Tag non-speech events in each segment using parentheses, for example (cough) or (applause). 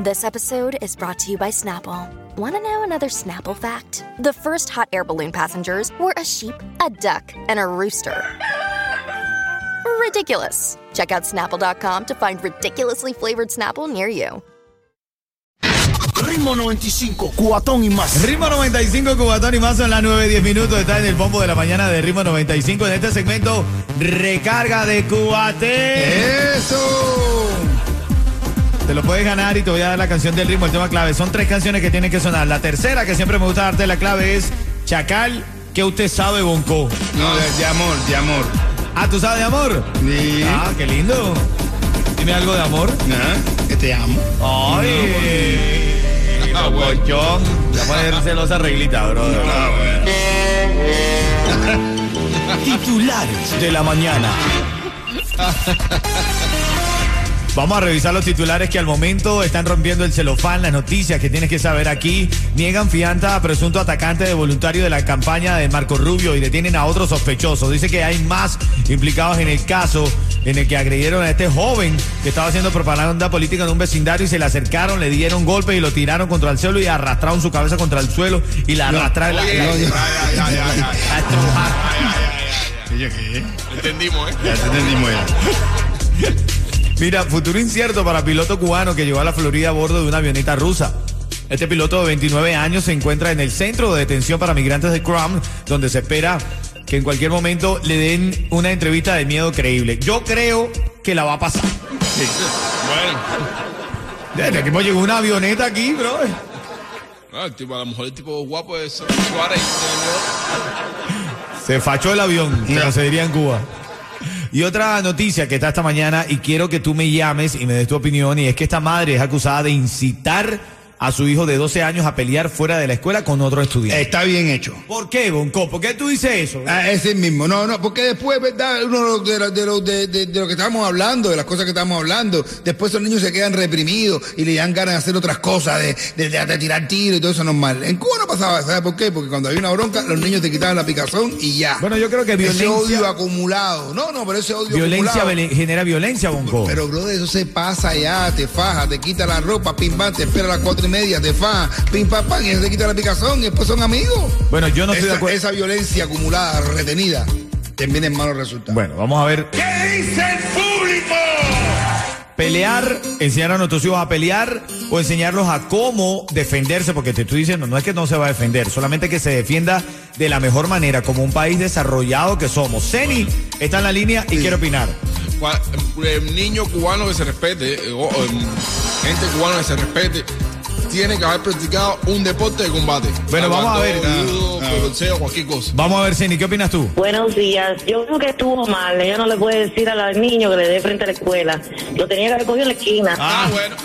This episode is brought to you by Snapple. Want to know another Snapple fact? The first hot air balloon passengers were a sheep, a duck, and a rooster. Ridiculous. Check out snapple.com to find ridiculously flavored Snapple near you. Ritmo 95, cuatón y más. Ritmo 95, Cubatón y más son las 9, 10 minutos. Está en el bombo de la mañana de Ritmo 95. En este segmento, recarga de Cubate. ¡Eso! Te lo puedes ganar y te voy a dar la canción del ritmo, el tema clave. Son tres canciones que tienen que sonar. La tercera, que siempre me gusta darte la clave, es Chacal, que usted sabe, Bonco. No, de, de amor, de amor. Ah, ¿tú sabes de amor? Sí. Ah, qué lindo. Dime algo de amor. Ajá, que te amo. Ah, Ay, No, bueno. yo Te voy a poner celosa reglita, bro. Ah, bueno. Titulares de (laughs) la mañana. Vamos a revisar los titulares que al momento están rompiendo el celofán, las noticias que tienes que saber aquí. Niegan fianza a presunto atacante de voluntario de la campaña de Marco Rubio y detienen a otro sospechoso. Dice que hay más implicados en el caso en el que agredieron a este joven que estaba haciendo propaganda política en un vecindario y se le acercaron, le dieron golpes y lo tiraron contra el suelo y arrastraron su cabeza contra el suelo y la arrastraron. la- Oye, la- no, yo- Ay, ay, ay, ay, la estrujaron. (laughs) ¿Ella qué? ay. Entendimos, ¿eh? Ya te entendimos ya. Mira, futuro incierto para piloto cubano que llegó a la Florida a bordo de una avioneta rusa. Este piloto de 29 años se encuentra en el centro de detención para migrantes de Crum, donde se espera que en cualquier momento le den una entrevista de miedo creíble. Yo creo que la va a pasar. (laughs) Bueno, Desde que hemos llegado una avioneta aquí, bro. no, el tipo, a lo mejor el tipo guapo es Suárez. ¿no? Se fachó el avión, como se diría en Cuba. Y otra noticia que está esta mañana y quiero que tú me llames y me des tu opinión y es que esta madre es acusada de incitar a su hijo de 12 años a pelear fuera de la escuela con otro estudiante. Está bien hecho. ¿Por qué, Bonco? ¿Por qué tú dices eso? Ah, ese mismo. No, no, porque después, ¿verdad? Uno de lo, de, lo, de, de- de lo que estábamos hablando, de las cosas que estábamos hablando, después esos niños se quedan reprimidos y le dan ganas de hacer otras cosas, de, de- de- de tirar tiros y todo eso normal. En Cuba no pasaba, ¿sabes por qué? Porque cuando había una bronca, los niños te quitaban la picazón y ya. Bueno, yo creo que Ese violencia- odio acumulado. No, no, pero ese odio Violencia acumulado. vele- genera violencia, Bonco. Pero, bro, eso se pasa ya, te faja, te quita la ropa, pim, pam, te espera a las cuatro y media, te faja, pim, pam, pam, y se te quita la picazón y después son amigos. Bueno, yo no estoy esa, de acuerdo. esa violencia acumulada, retenida, termina en malos resultados. Bueno, vamos a ver. ¿Qué dice el público? Pelear, enseñar a nuestros hijos a pelear o enseñarlos a cómo defenderse, porque te estoy diciendo, no es que no se va a defender, solamente que se defienda de la mejor manera, como un país desarrollado que somos. Ceni está en la línea y quiere opinar. Cua- eh, niño cubano que se respete, eh, o, o, em, gente cubana que se respete, tiene que haber practicado un deporte de combate. Bueno, vamos a ver. Ah. Taekwondo, judo, boxeo, cualquier cosa. Vamos a ver, Ceni, ¿qué opinas tú? Buenos días. Yo creo que estuvo mal. Yo no le puedo decir al niño que le dé frente a la escuela. Lo tenía que haber cogido en la esquina. Ah, bueno.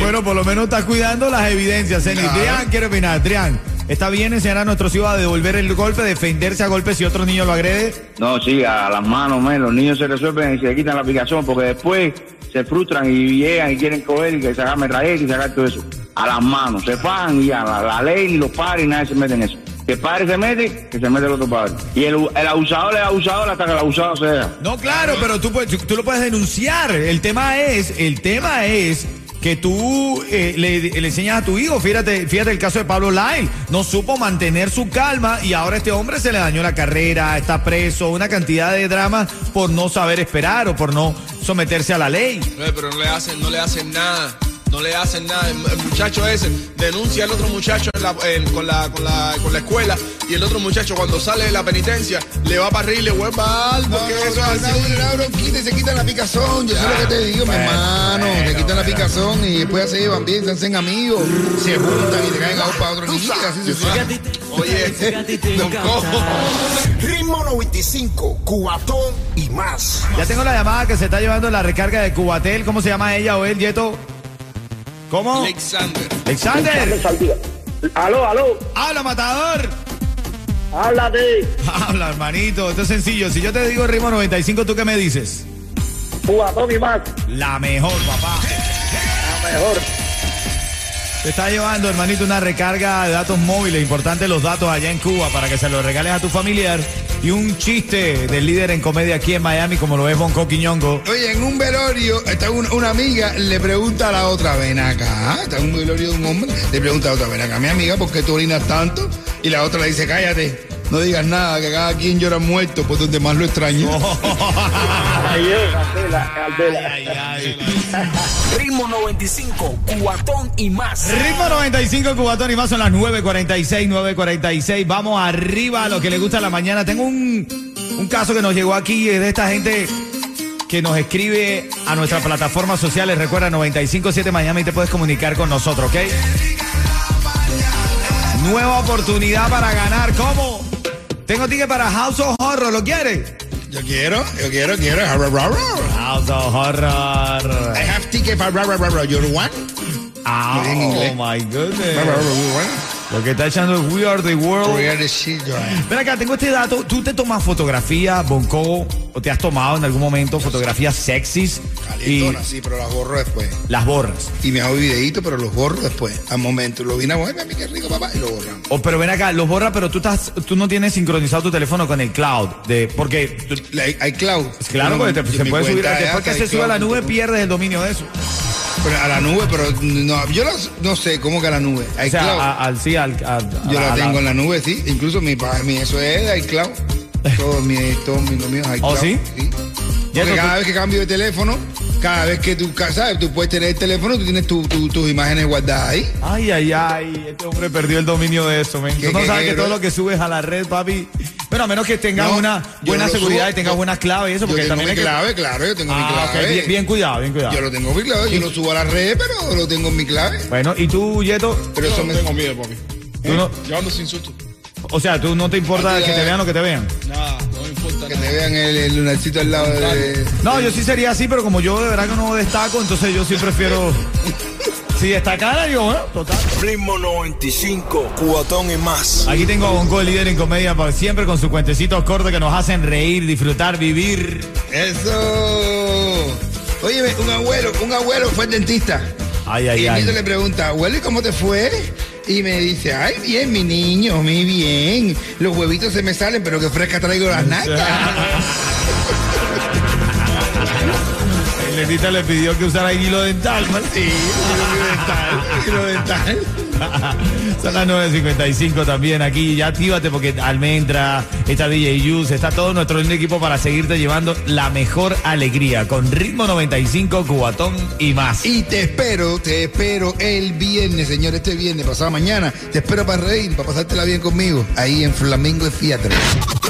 Bueno, por lo menos estás cuidando las evidencias, Ceni. Claro. Drian quiere opinar, Drian. ¿Está bien enseñar a nuestros hijos a devolver el golpe, defenderse a golpe si otro niño lo agrede? No, sí, a las manos, men, los niños se resuelven y se le quitan la aplicación porque después se frustran y llegan y quieren coger y que sacar metralleta y sacar todo eso. A las manos, se fajan y ya, la, la ley ni los padres nadie se mete en eso. Que el padre se mete, que se mete el otro padre. Y el, el abusador es abusador hasta que el abusado sea. No, claro, pero tú, puedes- tú, tú lo puedes denunciar. El tema es, el tema es que tú eh, le, le enseñas a tu hijo. Fíjate, fíjate el caso de Pablo Lyle. No supo mantener su calma y ahora este hombre se le dañó la carrera, está preso, una cantidad de dramas por no saber esperar o por no someterse a la ley. Eh, Pero no le hacen, no le hacen nada. no le hacen nada. El el muchacho ese denuncia al otro muchacho en la- en- con, la, con, la, con la escuela y el otro muchacho cuando sale de la penitencia le va para arriba y le vuelve a dar, porque eso es así. una bronquita y se quitan la picazón. Yo sé lo que te digo, mi hermano. te quitan la picazón y después se llevan bien, se hacen amigos, se juntan y te caen a otro para otro niño. Así se Oye, don Cojo. Ritmo 95, Cubatón y más. Ya tengo la llamada que se está llevando la recarga de Cubatel. ¿Cómo se llama ella o él, Yeto? ¿Cómo? Alexander. Alexander. Aló, aló, ¡Habla, matador! (laughs) háblate. Habla, hermanito. Esto es sencillo. Si yo te digo ritmo 95, ¿tú qué me dices? Cubatón y más, La mejor, papá. la mejor. Te está llevando, hermanito, una recarga de datos móviles. Importante los datos allá en Cuba para que se los regales a tu familiar. Y un chiste del líder en comedia aquí en Miami, como lo es Bonco Quiñongo. (laughs) Oye, en un velorio, está un- una amiga, le pregunta a la otra, ven acá. Está en un velorio de un hombre, le pregunta a la otra, ven acá, mi amiga, ¿por qué tú orinas tanto? Y la otra le dice, cállate, no digas nada, que cada quien llora muerto por donde más lo extraño. Ahí es, Candela, Candela. Ay, ay. Ritmo 95, Cubatón y más. Ritmo 95 Cubatón y más son las 9.46, 9.46. Vamos arriba a lo que le gusta la mañana. Tengo un, un caso que nos llegó aquí, es de esta gente que nos escribe a nuestras plataformas sociales. Recuerda 957 Miami, te puedes comunicar con nosotros, ¿ok? Nueva oportunidad para ganar. ¿Cómo? Tengo ticket para House of Horror, ¿lo quieres? Yo quiero, yo quiero, quiero. ra, ra, ra, ra. House of Horror. I have ticket for ra, ra, ra, ra. You want? en Oh inglés. my Ra, ra, ra, goodness. you want? Lo que está echando es We Are the World. We are the shit, yo. eh. Ven acá, tengo este dato. ¿Tú te tomas fotografía, Bonco, o te has tomado en algún momento fotografías sexys y Calentona, sí, pero la borro después. las borras? Y me hago videitos, pero los borro después. Al momento, lo vine a borrar, mami, qué rico, papá, y lo borramos. O, pero ven acá, los borras, pero tú, estás, tú no tienes sincronizado tu teléfono con el cloud. De, porque, tú- La- Hay cloud. claro, porque te- se puede subir. Después que se sube a la nube, pierde. pierdes el dominio de eso. a la nube, pero no, yo las- no sé cómo que a la nube. O Hay sea, cloud. a- al, sí, al, a- a- yo la a tengo en la nube, sí. Incluso mi, pa- mi eso es (laughs) de iCloud. Todo mi, todo mi, lo mío es iCloud. ¿Oh, sí? Ya Porque eso cada tú- vez que cambio de teléfono, cada vez que tú, ca- sabes, tú puedes tener el teléfono, tú tienes tu- tu- tus imágenes guardadas ahí. Ay, ay, ay, este hombre perdió el dominio de eso, men. ¿Qué, Tú no qué, sabes qué, que todo bro? lo que subes a la red, papi. Pero a menos que tengas No, una yo buena lo seguridad subo, y tengas yo- buenas claves y eso, Yo porque tengo mi también hay que... clave, claro, yo tengo mi Ah, ok, clave. bien, bien cuidado, bien cuidado. Yo lo tengo en mi clave, yo lo subo a las redes, pero lo tengo en mi clave. Bueno, ¿y tú, Yeto? Pero eso me... tengo miedo, papi. Tú no- Yo ando sin susto. o sea, ¿tú no te importa Eh. Ay, que te ay. vean o que te vean? Nada, no me importa Que te vean el, el lunarcito al lado de... No, yo sí sería así, pero como yo de verdad que no destaco, entonces yo sí (laughs) prefiero... si destacara, yo, bueno, total. Ritmo 95, Cubatón y más. Aquí tengo a Bonco, el líder en comedia, pa- siempre con sus cuentecitos cortos que nos hacen reír, disfrutar, vivir. Eso. Oye, un abuelo, un abuelo fue al dentista. Ay, ay, y el ay. nieto le pregunta, abuelo, ¿y cómo te fue? Y me dice, ay, bien, mi niño, muy bien. Los huevitos se me salen, pero que fresca traigo las nalgas. El dentista le pidió que usara hilo dental, man. Sí, hilo dental, hilo dental. (laughs) Son las 9.55 también aquí. Ya actívate porque Almendra, está DJ Yus, está todo nuestro lindo equipo para seguirte llevando la mejor alegría con ritmo 95, cubatón y más. Y te espero, te espero el viernes, señor, este viernes, pasado mañana. Te espero para reír, para pasártela bien conmigo, ahí en Flamingo Theater.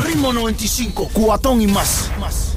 Ritmo 95, Cubatón y más. más.